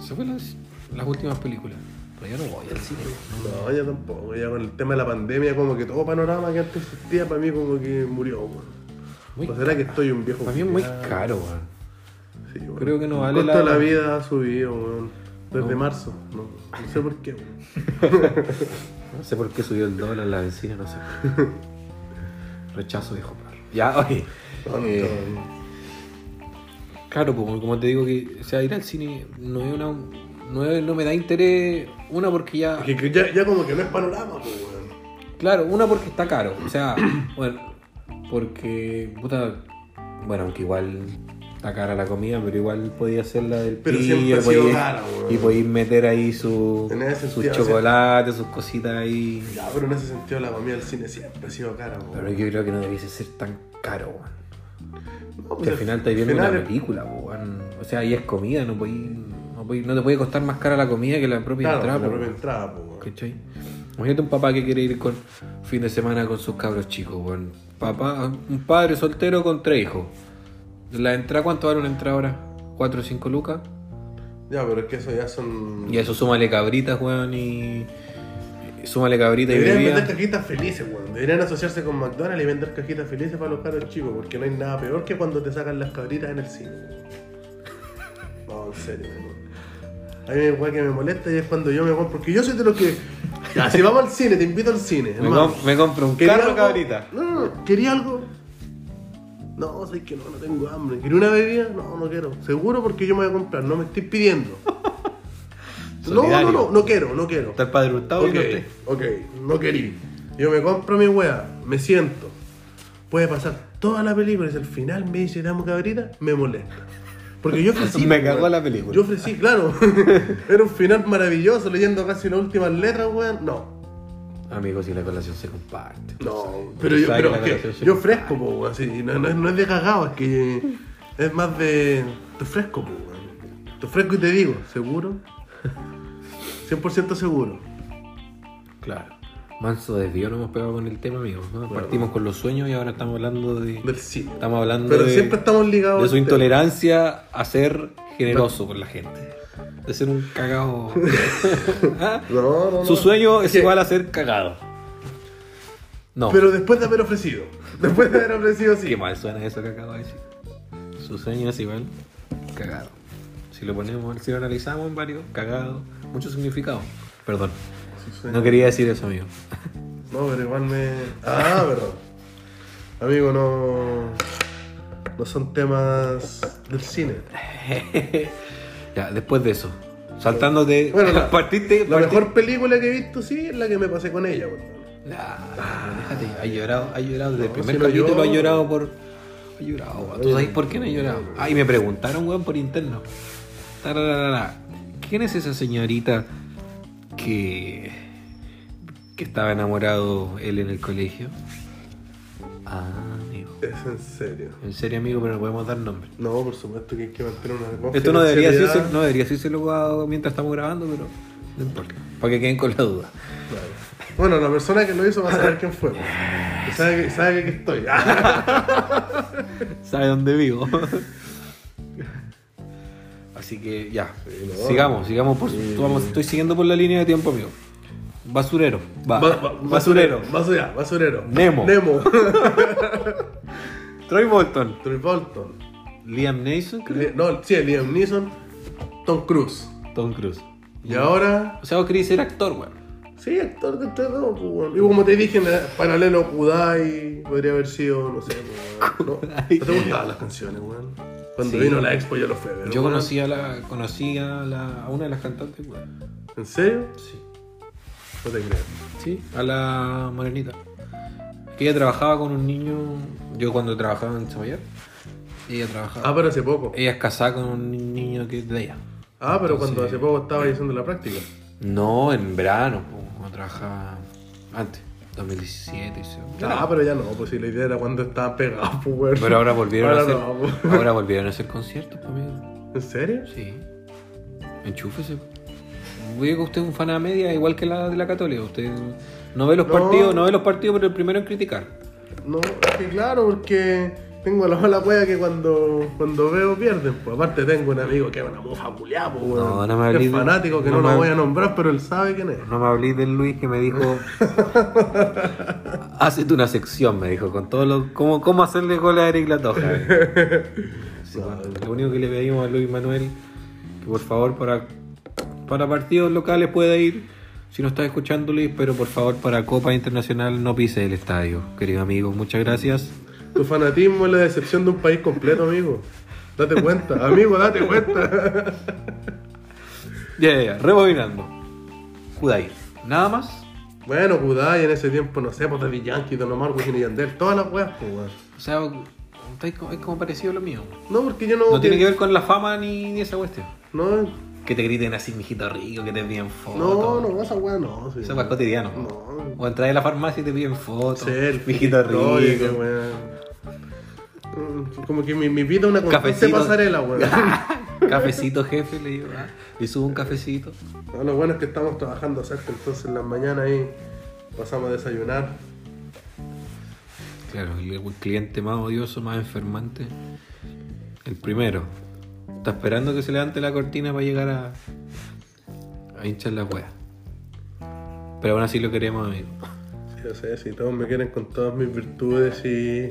S2: esa fue las, las últimas películas. Pero yo no voy al cine.
S1: No, yo tampoco. Ya con el tema de la pandemia, como que todo panorama que antes existía, para mí como que murió, weón.
S2: Muy
S1: ¿O será que estoy un viejo?
S2: También muy
S1: culiao?
S2: caro, weón.
S1: Sí, bueno.
S2: Creo que no
S1: El
S2: vale
S1: costo de
S2: la-
S1: la vida ha subido, weón. Desde marzo. No, no sé por qué, weón.
S2: No sé por qué subió el dólar la benzina, no sé. <laughs> Rechazo, dijo Pablo. Ya, oye.
S1: No, no,
S2: Eh,
S1: no.
S2: claro, pues, como te digo que o sea, ir al cine no es una no, es- no me da interés una porque ya
S1: Que- que ya, ya como que no es panorama, pues, weón.
S2: claro, una porque está caro, o sea, <clears throat> bueno, porque puta bueno, aunque igual está cara la comida, pero igual podía hacer la del
S1: Pero siempre ha sido cara, weón.
S2: y podía meter ahí su
S1: En ese
S2: sus
S1: sentido,
S2: chocolates, sus cositas ahí.
S1: Ya, pero en ese sentido la comida del cine siempre ha sido cara, weón.
S2: Pero yo creo que no debiese ser tan caro, weón.
S1: No, pues
S2: Que al final estáis viendo
S1: final
S2: una
S1: es-
S2: película, po, weón. O sea, ahí es comida, no podí- no, podí- no te puede costar más cara la comida que la propia
S1: Claro,
S2: entrada,
S1: la
S2: po,
S1: propia
S2: weón.
S1: entrada, po, weón.
S2: ¿Cachai? Imagínate un papá que quiere ir con fin de semana con sus cabros chicos, weón. Papá, un padre soltero con tres hijos. ¿La entrada cuánto vale una entrada ahora? ¿Cuatro o cinco lucas?
S1: Ya, pero es que eso ya son.
S2: Y a eso súmale cabritas, weón, y. y Súmale cabritas y
S1: Deberían vender
S2: bebida.
S1: cajitas felices, weón. Deberían asociarse con McDonald's y vender cajitas felices para los caros chicos, porque no hay nada peor que cuando te sacan las cabritas en el
S2: <laughs>
S1: cine. No, en serio, weón. A mí igual que me molesta y es cuando yo me voy, porque yo soy de los que. Ya, si vamos al cine, te invito al cine.
S2: Me,
S1: hermano.
S2: com- me compro un
S1: ¿Quería
S2: carro
S1: algo?
S2: cabrita.
S1: No, no, no. ¿Quería algo? No, sé que no, no tengo hambre. ¿Quería una bebida? No, no quiero. Seguro porque yo me voy a comprar, no me estoy pidiendo.
S2: <laughs>
S1: no, no,
S2: Solidario.
S1: no, no quiero, no quiero.
S2: Está el padre Hurtado
S1: Ok,
S2: y no esté.
S1: ok, no querí. Yo me compro mi wea, me siento. Puede pasar toda la película y si al final me dice dame cabrita, me molesta. Porque yo ofrecí.
S2: <laughs> Me cagó
S1: weón.
S2: la película.
S1: Yo ofrecí, claro. <laughs> Era un final maravilloso, leyendo casi las últimas letras, weón. No.
S2: Amigos, si la colación se comparte.
S1: No, pero yo, pero es que yo ofrezco, po, weón. sí, no, no es- no es de cagado, es que es más de. Te ofrezco, po, weón. Te ofrezco y te digo, ¿seguro? 100% seguro.
S2: Claro. Manso desvío no hemos pegado con el tema, amigos. ¿no? Partimos con los sueños y ahora estamos hablando de.
S1: Del sí.
S2: Estamos hablando
S1: Pero
S2: de,
S1: siempre estamos ligados.
S2: de su
S1: al tema.
S2: intolerancia a ser generoso con la gente. De ser un
S1: <laughs>
S2: cagado. <laughs> ¿Ah?
S1: No, no, no.
S2: Su sueño es
S1: que-
S2: igual a ser cagado. No.
S1: Pero después de haber ofrecido. <laughs> Después de haber ofrecido, sí.
S2: Qué mal suena eso que acabo de decir. Su sueño es igual cagado. Si lo ponemos, si lo analizamos en varios, cagado, mucho significado. Perdón. No quería decir eso, amigo.
S1: No, pero igual me. Ah, pero. Amigo, no. No son temas del cine.
S2: ya, después de eso. Saltando de.
S1: Bueno,
S2: <laughs>
S1: la-
S2: partiste.
S1: La
S2: partiste-
S1: mejor película que he visto, sí, es la que me pasé con ella, weón.
S2: Nah, déjate, ha llorado, ha llorado. Desde el
S1: No,
S2: primer
S1: si no
S2: capítulo
S1: lloro.
S2: ha llorado por. Ha llorado, weón. ¿Tú sabes por qué no ha llorado? Ay, me preguntaron, weón, por interno. Tararara. ¿Quién es esa señorita que. que estaba enamorado él en el colegio? Ah, amigo.
S1: Es en serio.
S2: En serio, amigo, pero no podemos dar nombre.
S1: No, por supuesto que hay que mantener una.
S2: Esto no debería
S1: confidencialidad.
S2: decirse, no debería decirse mientras estamos grabando, pero no importa. Para que queden con la duda.
S1: Claro. Bueno, la persona que lo hizo va a saber quién fue. weón. Sabe que, sabe que estoy.
S2: <laughs>
S1: <laughs>
S2: sabe dónde vivo. <laughs> Así que ya,
S1: Sí, no.
S2: sigamos, sigamos por vamos, estoy siguiendo por la línea de tiempo, amigo. Basurero, va.
S1: Ba- ba-
S2: basurero.
S1: Basurero. Basurero.
S2: Nemo.
S1: Nemo. <laughs>
S2: Troy Bolton,
S1: Troy Bolton.
S2: Liam Neeson, creo.
S1: Li- No, sí, Liam Neeson, Tom Cruise.
S2: Tom Cruise.
S1: Y ahora,
S2: O sea, vos querías ser actor, weón.
S1: sí, actor de entre dos, pues, weón. Y como te dije, en el paralelo Kudai podría haber sido, no sé, pues, weón. ¿no?
S2: Kudai.
S1: ¿No te gustaban las canciones, weón? Cuando
S2: Sí.
S1: vino la expo yo lo fui a ver,
S2: Yo
S1: weón.
S2: conocí a la conocí a, la, a una de las cantantes, weón.
S1: ¿En serio?
S2: Sí.
S1: No te creo.
S2: Sí, a la morenita. Que ella trabajaba con un niño, yo cuando trabajaba en Chamayar, ella trabajaba.
S1: Ah, pero hace poco.
S2: Ella es casada con un niño que es de ella.
S1: Ah, pero cuando hace poco estaba ahí haciendo la práctica.
S2: No, en verano, po, cuando trabajaba antes, 2017. sí.
S1: Ah, pero ya no, pues si la idea era cuando estaban pegados, pues, weón.
S2: Pero ahora volvieron
S1: Ahora
S2: a hacer,
S1: no, po.
S2: ahora volvieron a hacer conciertos, po, amigo.
S1: ¿En serio?
S2: Sí. Enchúfese. po. Veo que usted es un fan a media, igual que la de la Católica. Usted no ve los
S1: No.
S2: partidos, no ve los partidos, pero el primero en criticar.
S1: No, es que claro, porque tengo la mala wea que cuando, cuando veo pierden. Pues aparte tengo un amigo que es una mofa culiá, pues, weón.
S2: No, no me
S1: Que
S2: hables
S1: Es
S2: de-
S1: fanático que no,
S2: no me
S1: lo
S2: hab-
S1: voy a nombrar, pero él sabe quién es.
S2: No me hablé del Luis que me dijo. Hacete una sección, me dijo, con todo lo. ¿Cómo, cómo hacerle gol a Eric Latoja? Sí, bueno, lo único que le pedimos a Luis Manuel, que por favor para, para partidos locales pueda ir, si no está escuchando Luis, pero por favor para Copa Internacional no pise el estadio, querido amigo. Muchas gracias.
S1: Tu fanatismo es la decepción de un país completo, amigo. Date cuenta, amigo, date cuenta.
S2: Ya, ya, ya, rebobinando. Kudai, nada más.
S1: bueno, Kudai en ese tiempo, no sé, pues Daddy Yankee, Don Omar, Wisin y Yandel, todas las weas, pues, weón.
S2: O sea, es como- es como parecido a lo mío.
S1: No, porque yo no...
S2: No tiene que ver con la fama ni, ni esa cuestión.
S1: No,
S2: Que te griten así, mijito rico, que te piden fotos.
S1: no, no, esa wea no. sí.
S2: Eso es más cotidiano.
S1: No.
S2: O entrar a la farmacia y te piden fotos.
S1: Selfie,
S2: mijito rico.
S1: historia, qué weón. un- como que mi, mi vida es una constante
S2: Cafecito.
S1: pasarela,
S2: <laughs>
S1: weón.
S2: Cafecito, jefe, le digo. ah, le subo un cafecito.
S1: No, lo bueno es que estamos trabajando cerca, entonces en las mañanas ahí pasamos a desayunar.
S2: Claro, el el cliente más odioso, más enfermante. El primero. Está esperando que se levante la cortina para llegar a, a hinchar la wea. Pero aún así lo queremos, amigo.
S1: Yo sé, si todos me quieren con todas mis virtudes y.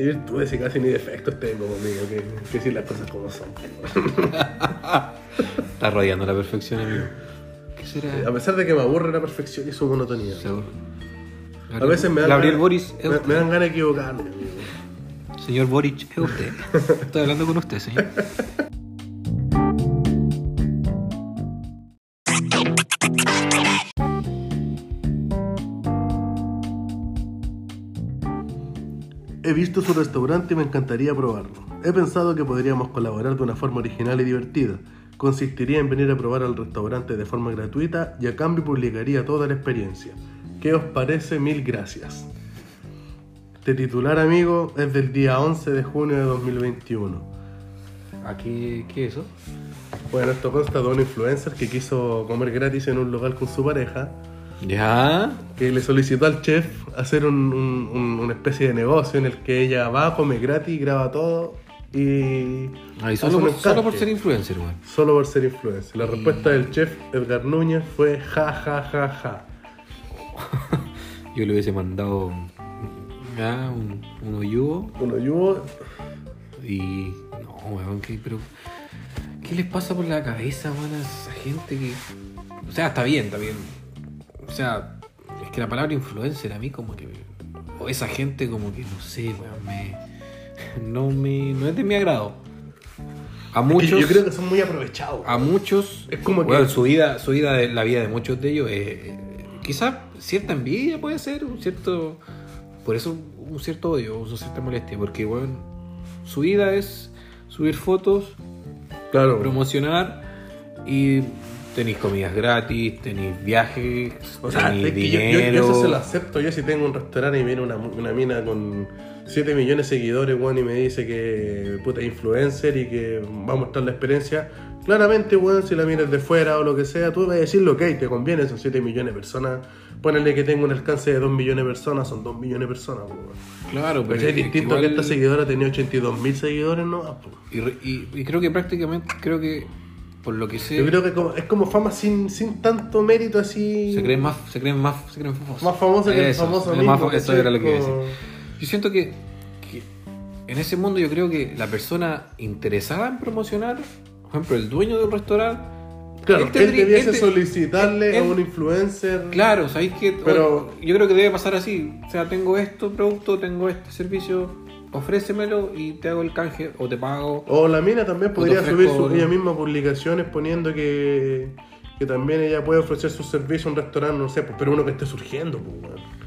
S1: y virtudes y casi ni defectos tengo conmigo, que, que decir las cosas como son.
S2: Está rodeando la perfección, amigo. ¿Qué será?
S1: A pesar de que me aburre la perfección y su monotonía.
S2: Seguro.
S1: A veces me dan.
S2: Gabriel
S1: ganas-
S2: Boris, es
S1: me,
S2: usted.
S1: me dan ganas de equivocarme, amigo.
S2: Señor Boric, es usted. Estoy hablando con usted, señor.
S1: He visto su restaurante y me encantaría probarlo. He pensado que podríamos colaborar de una forma original y divertida. Consistiría en venir a probar al restaurante de forma gratuita y a cambio publicaría toda la experiencia. ¿Qué os parece? Mil gracias. Este titular, amigo, es del día 11 de junio de 2021.
S4: ¿A qué, qué es eso?
S1: Bueno, esto consta de un influencer que quiso comer gratis en un local con su pareja,
S2: Ya.
S1: que le solicitó al chef hacer un- un- un- una especie de negocio en el que ella va, come gratis, graba todo y... hace
S2: Ahí Ah, solo,
S1: un
S2: por, solo por
S1: encargo.
S2: ser influencer, weón.
S1: Solo por ser influencer. La respuesta del chef Edgar Núñez fue ja ja ja ja.
S2: Yo le hubiese mandado ah, un, un hoyugo
S1: Bueno, yo
S2: y. No, weón, que, pero. ¿Qué les pasa por la cabeza, weón, a esa gente que. O sea, está bien, está bien. O sea, es que la palabra influencer a mí como que. O esa gente como que, no sé, weón, me. <laughs> No me. No es de mi agrado. A muchos. Ah,
S1: yo creo que son muy aprovechados.
S2: a muchos
S1: Es como que-
S2: bueno, su vida su vida de- la vida de muchos de ellos es quizás cierta envidia puede ser un cierto por eso un cierto odio una cierta molestia porque bueno su vida es subir fotos
S1: Claro.
S2: promocionar y tenéis comidas gratis tenéis viajes
S1: O sea,
S2: tenéis
S1: es que yo, yo- yo
S2: dinero
S1: eso se lo acepto. Yo si tengo un restaurante y viene una, una mina con 7 millones de seguidores, weón, y me dice que puta es influencer y que va a mostrar la experiencia. Claramente, weón, si la miras de fuera o lo que sea, tú vas a decirle, ok, te conviene, son 7 millones de personas. Ponele que tengo un alcance de 2 millones de personas, son 2 millones de personas, weón.
S2: claro pero
S1: Pero es
S2: que
S1: distinto que
S2: igual-
S1: esta seguidora tenía 82.000 seguidores, ¿no? Ah, pues.
S2: y, re- y- y creo que prácticamente creo que por lo que sé
S1: Yo creo que como- es como fama sin, sin tanto mérito así.
S2: se creen más se creen más se creen famosos
S1: Más famosa que el
S2: Eso,
S1: famoso
S2: es
S1: mismo,
S2: más fa- eso
S1: ¿cachai?
S2: era lo que iba a decir
S1: Como-
S2: Yo siento que, que en ese mundo yo creo que la persona interesada en promocionar, por ejemplo, el dueño del restaurante,
S1: Claro,
S2: Él
S1: él,
S2: tendría-
S1: debiese
S2: él te-
S1: solicitarle
S2: Este él-
S1: a un influencer.
S2: claro, sabéis que
S1: Pero-
S2: yo creo que debe pasar así, o sea, tengo esto producto, tengo este servicio, ofrécemelo y te hago el canje o te pago.
S1: O la mina también
S2: Puto
S1: podría
S2: fresco,
S1: subir su-
S2: bro.
S1: ella misma publicaciones poniendo que, que también ella puede ofrecer su servicio a un restaurante, no sé, pues, pero uno que esté surgiendo, pues, weón.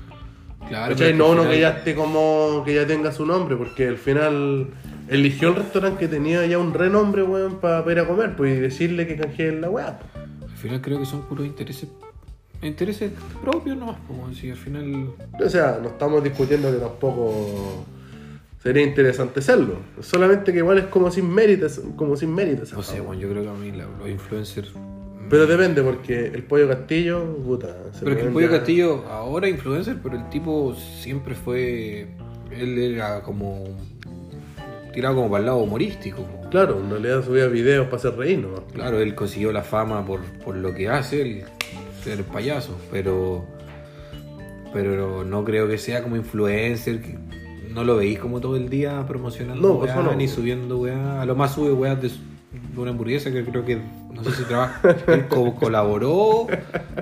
S2: Claro,
S1: ¿Cachai?
S2: pero
S1: No
S2: al
S1: uno que ya
S2: final-
S1: esté como. que ya tenga su nombre, porque al final eligió el restaurante que tenía ya un renombre, weón, para ir a comer, pues, y decirle que canjeen la weá. pues.
S2: Al final creo que son puros intereses intereses propios nomás, como si al final
S1: O sea, no estamos discutiendo que tampoco sería interesante serlo. Solamente que igual es como sin méritos, como sin méritos.
S2: no sé, bueno, yo creo que a mí la- los influencers
S1: Pero depende, porque el pollo castillo, puta. se
S2: Pero es que el
S1: pueden
S2: Pollo
S1: ya-
S2: Castillo ahora influencer, pero el tipo siempre fue. Él era como. tirado como para el lado humorístico. como-
S1: Claro, en realidad subía videos para hacer reír nomás.
S2: Claro, él consiguió la fama por, por lo que hace, el ser payaso, pero. Pero no creo que sea como influencer. que no lo veis como todo el día promocionando
S1: No,
S2: weá,
S1: eso no.
S2: ni subiendo weá. A lo más sube weá de, su- de una hamburguesa que creo que. No sé si
S1: <laughs>
S2: trabaja. él co- colaboró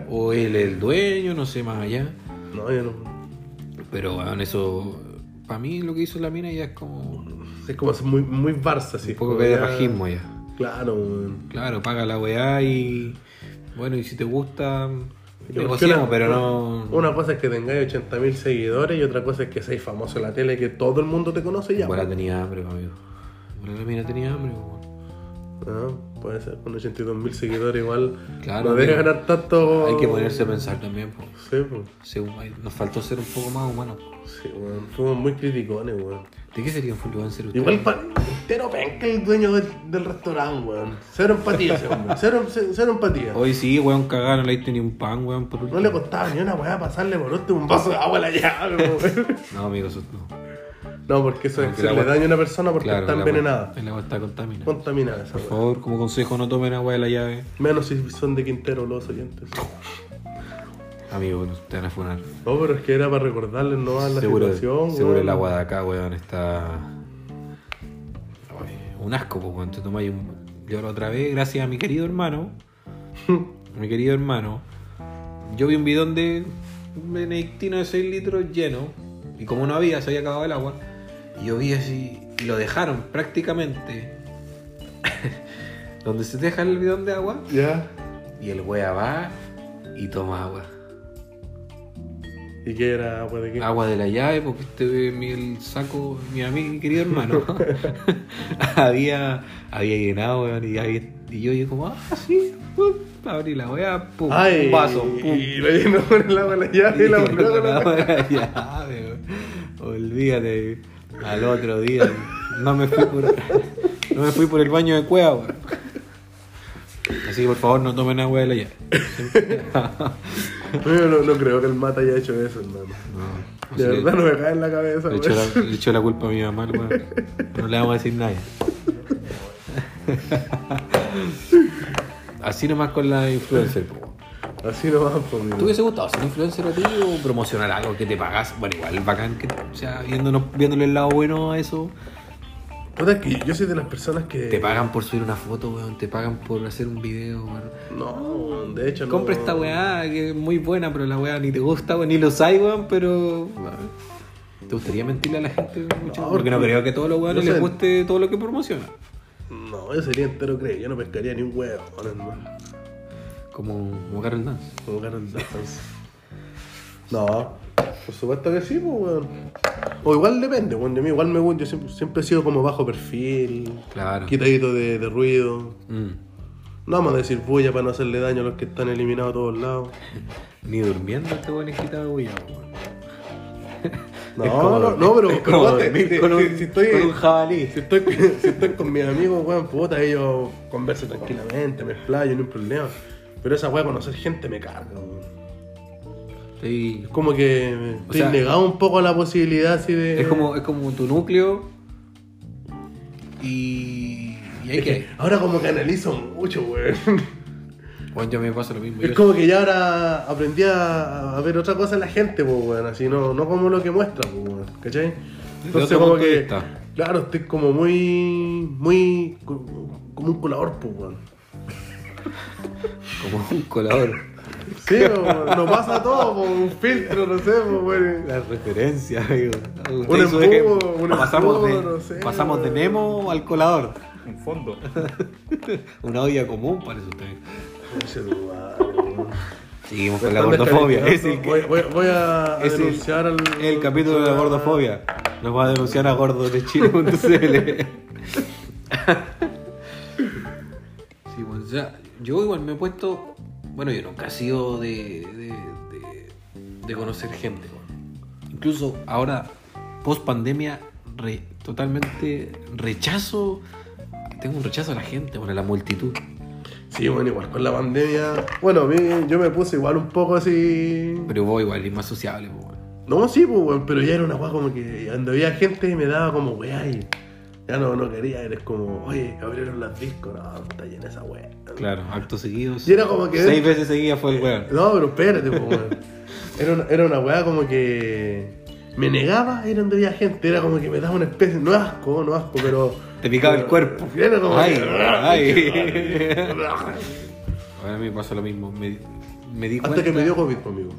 S2: o él es el dueño, no sé más allá.
S1: No, yo no.
S2: Pero weón, eso. Para mí lo que hizo la mina ya es como. Un
S1: Es como muy, muy Barça, así.
S2: poco
S1: como
S2: que de
S1: ya-
S2: rajismo ya.
S1: Claro, weón.
S2: Claro, paga la weá y. Bueno, y si te gusta.
S1: Porque
S2: Negociamos,
S1: una-
S2: pero no.
S1: Una cosa es que tengáis 80.000 seguidores y otra cosa es que seáis famoso en la tele y que todo el mundo te conoce ya.
S2: Igual
S1: po.
S2: tenía hambre, amigo. Igual la mina tenía hambre, weón.
S1: Ah, puede ser, con 82 mil seguidores igual.
S2: Claro,
S1: No debe
S2: pero
S1: ganar tanto.
S2: Hay que ponerse a pensar también. po.
S1: Sí, pues.
S2: Ser huma- Nos faltó ser un poco más humanos.
S1: Sí, weón. Fuimos muy criticones, weón.
S2: ¿De qué sería influencer usted?
S1: Igual pa- entero penca el dueño del, del restaurante, weón. Cero empatía ese hombre. Cero, cero, cero empatía.
S2: Hoy sí, weón, cagado, no le diste ni un pan, weón, por
S1: No
S2: último.
S1: le costaba ni una weá pasarle por último un vaso de agua a la llave, weón.
S2: <laughs> No, amigo, eso no.
S1: No, porque eso
S2: No,
S1: es
S2: que
S1: se
S2: la
S1: le
S2: agua-
S1: daña a una persona porque
S2: Claro,
S1: está
S2: el agua-
S1: envenenada.
S2: El agua está contaminada. Por
S1: Contaminada esa weá.
S2: favor, como consejo, no tomen agua de la llave.
S1: Menos si son de Quintero los oyentes.
S2: Amigo, nos te van a funar.
S1: No, pero es que era para recordarles nomás la
S2: Seguro,
S1: situación,
S2: seguro
S1: weón.
S2: el agua de acá, weón, está. Ay, Un asco, po, weón. Te tomáis un. Yo la otra vez, gracias a mi
S1: <laughs>
S2: querido hermano. a mi querido hermano. Yo vi un bidón de benedictino de 6 litros lleno. Y como no había, se había acabado el agua. Y yo vi así. Y lo dejaron prácticamente. <laughs> donde se deja el bidón de agua.
S1: Ya.
S2: Y el wea va y toma agua.
S1: ¿Y qué era agua de qué?
S2: agua de la llave, porque este ve mi el saco, mi amigo, mi
S1: <laughs>
S2: querido hermano, <laughs> había, había llenado, weón, y, había- y yo, yo como, ah, sí, pum, abrí la weá, pum,
S1: Ay,
S2: un vaso, pum.
S1: <laughs> Y lo llenó con el agua de la llave y
S2: <laughs>
S1: la volvió con la-
S2: Agua de la llave, weón. Olvídate, al otro día, no me fui por, <laughs> no me fui por el baño de cueva, weón. Así que por favor no tomen agua de la llave.
S1: Yo no, no creo que el mata haya hecho eso, hermano.
S2: No,
S1: De
S2: así que-
S1: verdad no me cae en la cabeza,
S2: Le echó,
S1: weón.
S2: la, le echó la culpa a mi mamá, el weón. No le vamos a decir nada. Así nomás con la influencer. po.
S1: Así nomás, por mí.
S2: ¿Te hubiese gustado ser influencer a ti o promocionar algo que te pagas? Bueno, igual bacán que, o sea, viéndonos- viéndole el lado bueno a eso.
S1: Puta, es que yo soy de las personas que.
S2: Te pagan por subir una foto, weón, te pagan por hacer un video, weón.
S1: No, de hecho no.
S2: Compra esta weá que es muy buena, pero la weá ni te gusta, weón, ni lo sabes, weón, pero. weón, ¿Te gustaría mentirle a la gente? mucho? porque no
S1: porque-
S2: creo que a todos los weones
S1: no sé.
S2: les guste todo lo que promociona.
S1: No, yo sería entero creo. Yo no pescaría ni un huevo, hermano.
S2: Como, como Carol Dance.
S1: Como Carol Dance. No, por supuesto que sí, pues, weón. O igual depende, weón. De mí, igual me gusta. Yo siempre, siempre he sido como bajo perfil.
S2: Claro. Mm.
S1: Quitadito de, de ruido. No vamos a decir bulla para no hacerle daño a los que están eliminados a todos lados.
S2: Ni durmiendo este weón es quitado güey.
S1: No, no, no, pero, pero guate, si-
S2: con, un,
S1: si, si estoy,
S2: con un jabalí.
S1: si estoy, si estoy con mis amigos, weón, puta, ellos converso tranquilamente, me explayo, no hay problema. Pero esa weá conocer gente me carga, weón.
S2: Estoy-
S1: Es como que estoy
S2: sea-
S1: negado un poco a la posibilidad así de.
S2: es, como, es como tu núcleo. Y. ¿Y hay
S1: Es que
S2: que?
S1: ahora como que analizo mucho, weón.
S2: Bueno, yo me pasa lo mismo.
S1: Es
S2: yo-
S1: como que ya ahora aprendí a, a ver otra cosa en la gente, pues, weón. Así, no, no como lo que muestra, pues, weón. ¿Cachai?
S2: otro
S1: Entonces, como
S2: punto de
S1: que.
S2: vista.
S1: Claro, estoy como muy. Muy. co- Como un colador, pues, weón.
S2: Como un colador.
S1: Sí, pues, weón. Nos pasa todo, pues, un filtro, no sé, pues, weón.
S2: La referencia, amigo. Usted
S1: Un embudo,
S2: hizo ejemplo.
S1: un
S2: pasamos de,
S1: embudo, no sé,
S2: pasamos de
S1: güey.
S2: Nemo al colador.
S5: Un fondo.
S2: <laughs> Una olla común, parece usted.
S1: Conche tu madre, weón.
S2: Seguimos
S1: Me
S2: con la
S1: están
S2: gordofobia. Es el
S1: descalificando.
S2: que.
S1: Voy, voy- voy a, a
S2: Es el-
S1: denunciar al.
S2: El capítulo de la gordofobia. Nos va a denunciar a gordos de Chile.cl. Sí, bueno, ya, yo igual me he puesto. Bueno, yo nunca he sido de, de, de- de conocer gente. weón. Incluso ahora, post pandemia, re- totalmente rechazo. Tengo un rechazo a la gente, bueno, a la multitud.
S1: Sí, bueno, igual con la pandemia. Bueno, a mí- yo me puse igual un poco así.
S2: Pero voy igual, y más sociable, pues, weón.
S1: No, sí, pues, weón, pero ya era una weá como que cuando había gente me daba como weá y ya no, no quería, eres como, oye, abrieron las discos, no, está llena esa weá.
S2: Claro, actos seguidos.
S1: Y era como que-
S2: Seis veces seguidas fue el weón.
S1: No, pero espérate, pues,
S2: <laughs>
S1: weón. Era una, era una weá como que me negaba a ir donde había gente, era como que me daba una especie, no asco, no asco, pero.
S2: Te picaba el cuerpo.
S1: Era como
S2: Ay,
S1: que- <laughs>
S2: ay. Ahora a mí me pasó lo mismo. Me, me di cuenta.
S1: Hasta que me dio COVID, conmigo.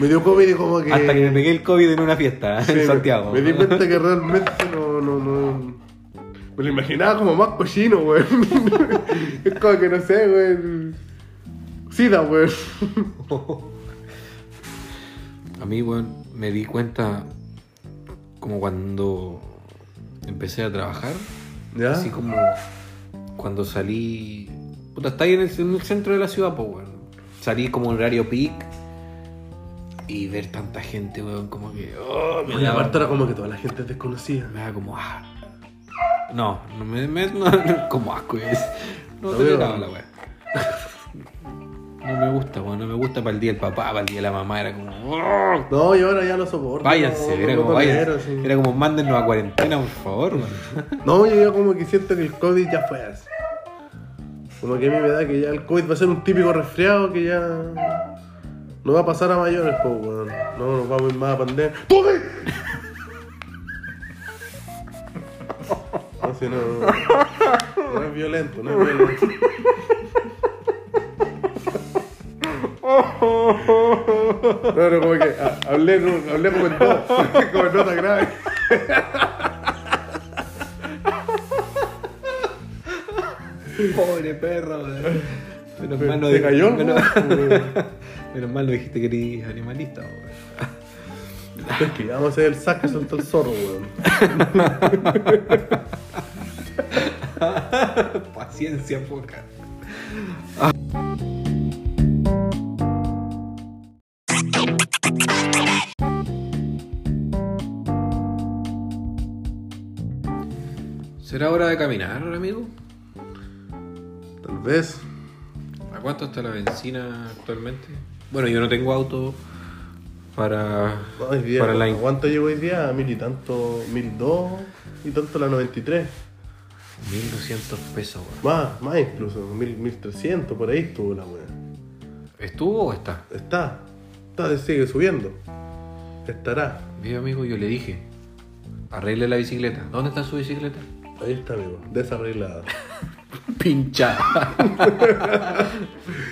S1: Me dio COVID y como que.
S2: hasta que me pegué el COVID en una fiesta
S1: Sí,
S2: en
S1: me-
S2: Santiago.
S1: Me, di cuenta que realmente no, no, no. Me lo imaginaba como más cochino, güey. <laughs> es como que no sé, güey. Sida, güey.
S2: A mí, weón, me di cuenta como cuando empecé a trabajar.
S1: ¿Ya?
S2: Así como cuando salí. Puta, está ahí en el, en el centro de la ciudad, pues, weón. Salí como en horario peak. Y ver tanta gente, weón, como que. oh, me,
S1: Porque
S2: daba,
S1: aparte era como que toda la gente es desconocida.
S2: me daba como. ah. No, no me. me- no, no, <laughs> como asco, es. No
S1: Lo
S2: te
S1: veo.
S2: la weón. No me gusta, weón. No me gusta para el día del papá, para el día de la mamá. Era como. oh,
S1: No, yo ahora ya no soporto.
S2: Váyanse,
S1: no,
S2: era
S1: no
S2: como
S1: tolero,
S2: váyanse.
S1: sí.
S2: Era como mándennos a cuarentena, por favor, weón.
S1: <laughs> No, yo ya como que siento que el COVID ya fue así. Como que a mí me da que ya el COVID va a ser un típico resfriado que ya. No va a pasar a mayores, po, weón. No nos vamos a ir más a pandemia. ¡Tome! No, si no. No es violento, no es violento. No, pero como que ah, hablé, como- hablé como en todo, <laughs> como en nota grave.
S2: Pobre perro, weón. Menos mal no
S1: ¿Te cayó?
S2: Menos, <laughs>
S1: weón?
S2: menos mal no dijiste que eres animalista, weón.
S1: Es Pues que vamos a hacer el saco que soltó el zorro, weón.
S2: Paciencia poca. ¿Será hora de caminar, amigo?
S1: Tal vez.
S2: ¿A cuánto está la benzina actualmente? Bueno, yo no tengo auto para,
S1: No, hoy día,
S2: para la
S1: ¿a ¿Cuánto llevo hoy día? Mil y tanto, mil dos y tanto la 93.
S2: 1200 pesos. weón.
S1: Más, más incluso, mil, mil trescientos, por ahí estuvo la weón.
S2: ¿Estuvo o está?
S1: Está, está, sigue subiendo. Estará.
S2: Vio amigo, yo le dije, arregle la bicicleta. ¿Dónde está su bicicleta?
S1: Ahí está, amigo, desarreglada.
S2: <laughs> Pinchada.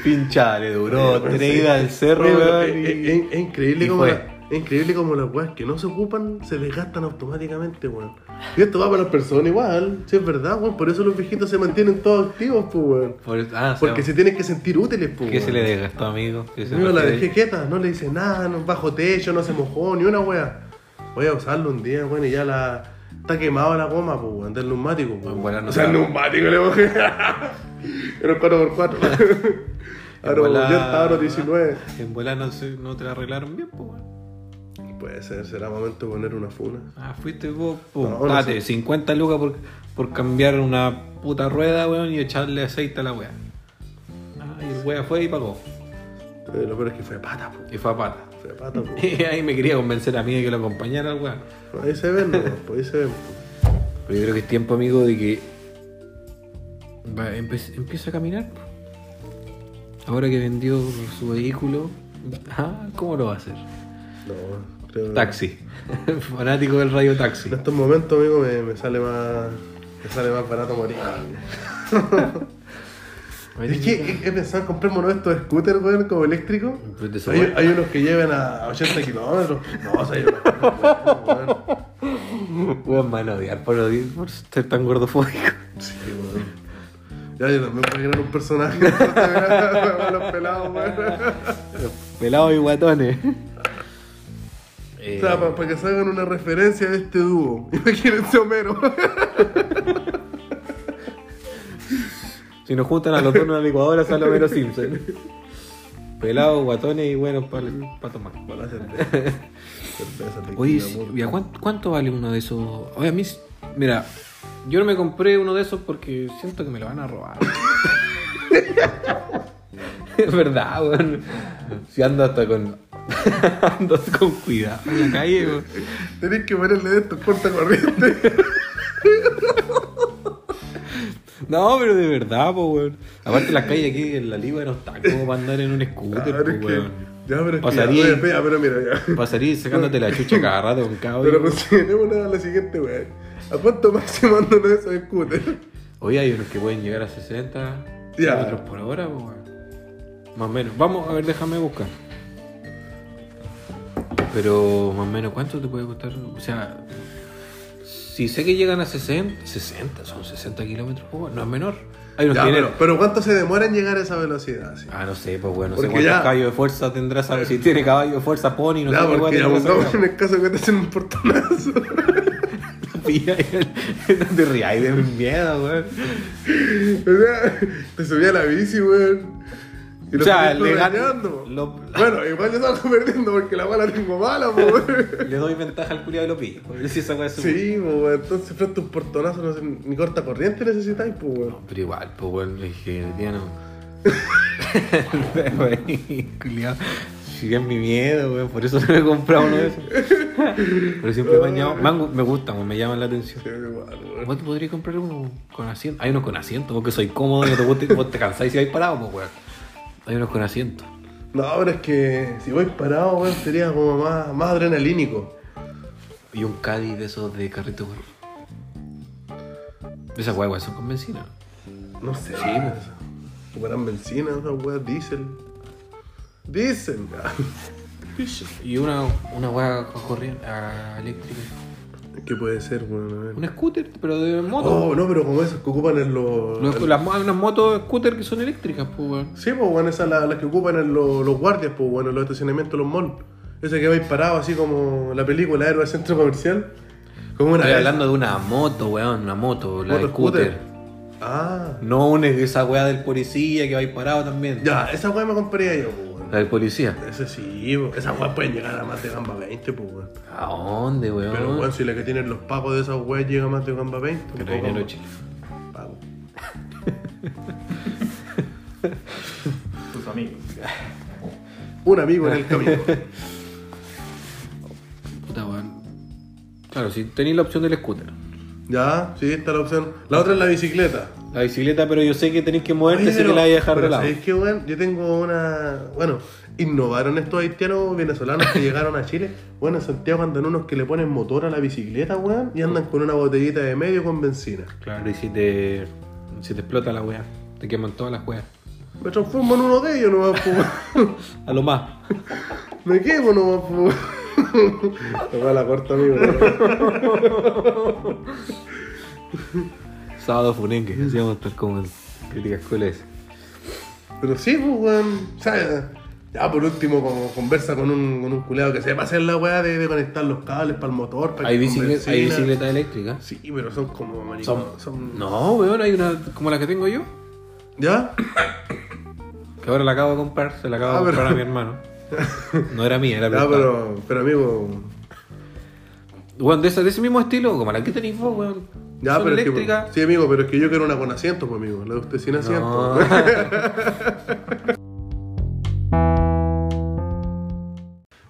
S2: Pinchada, le duró tres idas eh, al cerro,
S1: Oye, pero eh,
S2: weón,
S1: es,
S2: y-
S1: es- es increíble
S2: y
S1: como
S2: fue.
S1: la- es increíble como las weas que no se ocupan se desgastan automáticamente, weón. Y esto va para las personas igual, si es verdad, weón. Por eso los viejitos se mantienen todos activos, pues, weón.
S2: Por eso- ah, o sea,
S1: Porque se tienen que sentir útiles, pues.
S2: ¿Qué se le desgastó, amigo? ¿Qué se
S1: Yo la
S2: refiere?
S1: dejé quieta, no le hice nada, no, bajo techo, no se mojó, ni una wea. Voy a usarlo un día, weón, y ya la. Está quemado la goma, pues, weón, del neumático, pues.
S2: En bola no
S1: o sea, el
S2: sabe.
S1: neumático le mojé. <laughs> Era un
S2: <laughs>
S1: 4x4. Ahora,
S2: En bola-
S1: yo estaba ahora 19.
S2: En bola no, se- no te la arreglaron bien, pues. weón.
S1: Puede ser, será momento de poner una funa.
S2: Ah, fuiste vos, pum,
S1: No, no
S2: date,
S1: sé.
S2: 50 lucas por, por cambiar una puta rueda, weón, y echarle aceite a la weá. Ah, y el weá fue y pagó.
S1: Eh, lo peor es que fue pata, pues.
S2: Y fue a pata. <laughs>
S1: Fue pata, pues.
S2: Y ahí me quería convencer a mí de que lo acompañara al weón.
S1: Ahí se ven, weón, pues, ahí se ven. pues.
S2: Pero yo creo que es tiempo, amigo, de que va, empe- empiece a caminar. po. Ahora que vendió su vehículo, <laughs> ah, ¿cómo lo va a hacer?
S1: No, creo que-
S2: Taxi. <laughs> Fanático del radio taxi.
S1: En estos momentos, amigo, me, me sale más. Me sale más barato morir. <laughs> Es que he- he pensado en comprarme uno de estos scooters, weón, como eléctrico.
S2: Pues de
S1: Hay,
S2: sopa.
S1: hay unos que llevan a 80 kilómetros. No, o sea, yo no.
S2: <laughs> Weón, me van a odiar por, odi- por ser tan gordofóbico.
S1: Sí, weón. Ya, yo también voy a crear un personaje. <laughs> Para los pelados, weón.
S2: <laughs> Pelados y guatones. <laughs> Eh.
S1: O sea, para que se hagan una referencia de este dúo. <laughs> Imagínense
S2: <laughs>
S1: Homero.
S2: Si nos juntan a los dos en una licuadora, sale
S1: <laughs>
S2: Homero Simpson. Pelados, guatones y buenos para tomar.
S1: Para cerveza. Cerveza, tequila,
S2: Oye, sí,
S1: vodka.
S2: ¿y a cuán- cuánto, vale uno de esos? Oye, a mí, s- mira, yo no me compré uno de esos porque siento que me lo van a robar. <laughs> es verdad, weón. Si ando hasta con. <laughs> ando con cuidado en la calle, weón.
S1: Tenés que ponerle de estos corta corriente.
S2: No, pero de verdad, po, weón. Aparte, las calles aquí en la Liga no están como para andar en un scooter,
S1: Claro, es
S2: po,
S1: que-
S2: pues, weón.
S1: Ya, pero es que ya,
S2: Pasaría-
S1: oye, espera, pero mira, ya.
S2: Pasaría sacándote la chucha cada rato con cada
S1: Pero
S2: hoyo.
S1: consideremos una- la siguiente, weón. ¿A cuánto máximo <laughs> andan esos scooters?
S2: Oye, hay unos que pueden llegar a 60
S1: Ya.
S2: kilómetros por hora, po, weón. Más o menos. Vamos, a ver, déjame buscar. Pero, más o menos, ¿cuánto te puede costar? O sea, si sé que llegan a 60, 60, son 60 kilómetros por hora, no es menor. Hay unos
S1: Ya,
S2: que
S1: pero,
S2: vienen-
S1: pero ¿cuánto se demora en llegar a esa velocidad? sí?
S2: Ah, no sé, pues bueno, no sé
S1: Porque
S2: cuántos
S1: ya- Eh.
S2: caballos de fuerza tendrá esa- Si tiene caballo de fuerza, pony, no
S1: ya,
S2: sé qué weá <laughs>
S1: porque ya
S2: tendrá esa
S1: pongamos
S2: weá.
S1: en el caso que te hacen un portonazo.
S2: pilla. <laughs> No te rías de mi miedo, weón.
S1: <laughs> O sea, te subía a la bici, weón. Y
S2: O sea,
S1: salí
S2: le gan-
S1: regañando.
S2: lo-
S1: Bueno, igual yo salgo perdiendo porque la bala tengo mala, po, weón.
S2: <laughs> Le doy ventaja al culiado y lo pillo. Yo sí esa weá es su-
S1: Sí, pues, weón. Entonces, frente a un portonazo, no sé, ni corta corriente necesitáis, pues, weón.
S2: No, pero igual, pues weón, le dije, tía no. Weón, culiao. Sigue en mi miedo, weón, por eso no me he comprado uno de esos. Pero siempre me han llamado- me, han- me gustan, weón, me llaman la atención.
S1: Sí, igual, weón.
S2: Vos te podrías comprar uno con asiento. Hay unos con asiento, vos que soy cómodo, no te, vos te, vos te cansáis si vais parado, pues weón. Hay unos con asiento.
S1: No, pero es que si voy parado, weón, sería como más, más adrenalínico.
S2: Y un Caddy de esos de carrito, weón. De esas guaguas son con benzina.
S1: No sé.
S2: Sí, pues.
S1: Operan benzina, esas weas, diésel. Diésel. Diésel.
S2: Y una, una guagua con corriente ah, eléctrica.
S1: <laughs> ¿Qué puede ser, weón? A ver.
S2: Un scooter, pero de moto.
S1: Oh, no, pero como esas que ocupan en los.
S2: Los- las, mo- unas motos scooter que son eléctricas, pues, weón.
S1: Sí, pues, Oh. bueno, esas las, las que ocupan en los, los guardias, pues, bueno, en los estacionamientos, de los malls. Ese que vais parado, así como la película Héroe del Centro Comercial. Como una.
S2: Estoy
S1: vez-
S2: hablando de una moto, weón, una moto, la
S1: eh, moto
S2: de scooter.
S1: Ah,
S2: No una esa weá del policía que va ahí parado también.
S1: ya, esa wea me compraría yo, pues, bueno.
S2: La del policía.
S1: Ese sí, pues, esas weas pueden llegar a más de gamba 20, pues, bueno.
S2: ¿A dónde, weón?
S1: Pero, bueno, si la que tienen los pagos de esas weas llega a más de gamba 20. un poco
S2: Carabinero
S1: más.
S2: Chile.
S1: Pago.
S5: <laughs> Tus amigos.
S1: Un amigo en el camino.
S2: Puta, weón. Claro, si tenéis la opción del scooter.
S1: ya, sí, está la opción. La otra es la bicicleta.
S2: La bicicleta, pero yo sé que tenéis que moverte,
S1: Oye,
S2: sé
S1: pero-
S2: este que la vais a dejar
S1: pero
S2: de lado.
S1: ¿sabéis qué, weón? Yo tengo una. Bueno, innovaron estos haitianos venezolanos que llegaron a Chile. Bueno, en Santiago andan unos que le ponen motor a la bicicleta, weón, y andan con una botellita de medio con benzina.
S2: Claro, y si te, si te explota la weá, te queman todas las weas.
S1: Me transformo en uno de ellos, no más, pues.
S2: A lo más.
S1: Me quemo, no más, pues. Toca la corta, amigo.
S2: <laughs> Sábado Funengue, hacíamos tal como en Críticas Coles.
S1: Pero sí, pues, weón. o sea, Ya por último, como conversa con un, con un culeado que sepa hacer la weá de, de conectar los cables para el motor. Para
S2: Hay,
S1: que
S2: bicicle-
S1: con
S2: hay
S1: benzina.
S2: bicicletas eléctricas.
S1: Sí, pero son como
S2: Son-
S1: maricón. Son.
S2: No, weón, hay una como la que tengo yo.
S1: ¿Ya?
S2: Que ahora la acabo de comprar, se la acabo
S1: Ah,
S2: de
S1: pero-
S2: comprar a
S1: <laughs>
S2: mi hermano. No era mía, era
S1: Ya,
S2: prestada.
S1: pero, pero amigo.
S2: Weón, de, esa- de ese mismo estilo, como la que tenéis vos, weón.
S1: Ya,
S2: Son
S1: pero es que-
S2: eléctricas.
S1: sí, amigo, pero es que yo quiero una con asiento, pues, amigo. La de usted sin asiento. <laughs>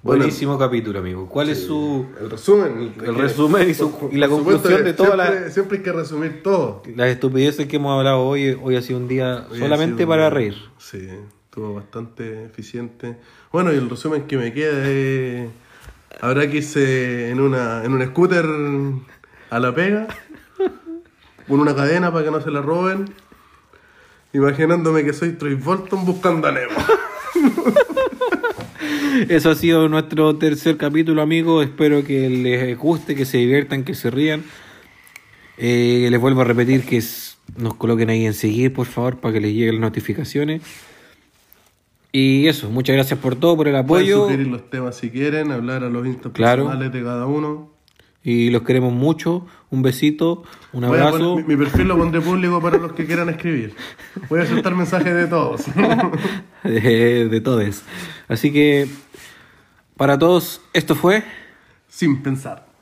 S2: Buenísimo capítulo, amigo. ¿Cuál es su.
S1: El resumen.
S2: El resumen y su- y la
S1: Por
S2: conclusión
S1: supuesto,
S2: de toda la-
S1: siempre- Siempre hay que resumir todo.
S2: Las estupideces que hemos hablado hoy, hoy ha sido un día
S1: Hoy ha
S2: solamente
S1: sido-
S2: para reír.
S1: Sí, estuvo bastante eficiente. Bueno, y el resumen que me queda es... Habrá que irse en, una, en un scooter a la pega, con una cadena para que no se la roben, imaginándome que soy Troy Bolton buscando a
S2: <laughs>
S1: Nemo.
S2: Eso ha sido nuestro tercer capítulo, amigos. Espero que les guste, que se diviertan, que se rían. Eh, les vuelvo a repetir que s- nos coloquen ahí en seguir, por favor, para que les lleguen las notificaciones. Y eso, muchas gracias por todo, por el
S1: Pueden
S2: apoyo.
S1: sugerir los temas si quieren, hablar a los instas
S2: Claro.
S1: personales de cada uno.
S2: Y los queremos mucho. Un besito, un
S1: Voy a poner-
S2: abrazo.
S1: mi, mi perfil lo pondré público para los que quieran escribir. Voy a aceptar mensajes de todos. <laughs>
S2: <laughs> de, de todos. Así que, para todos, esto fue.
S1: Sin pensar.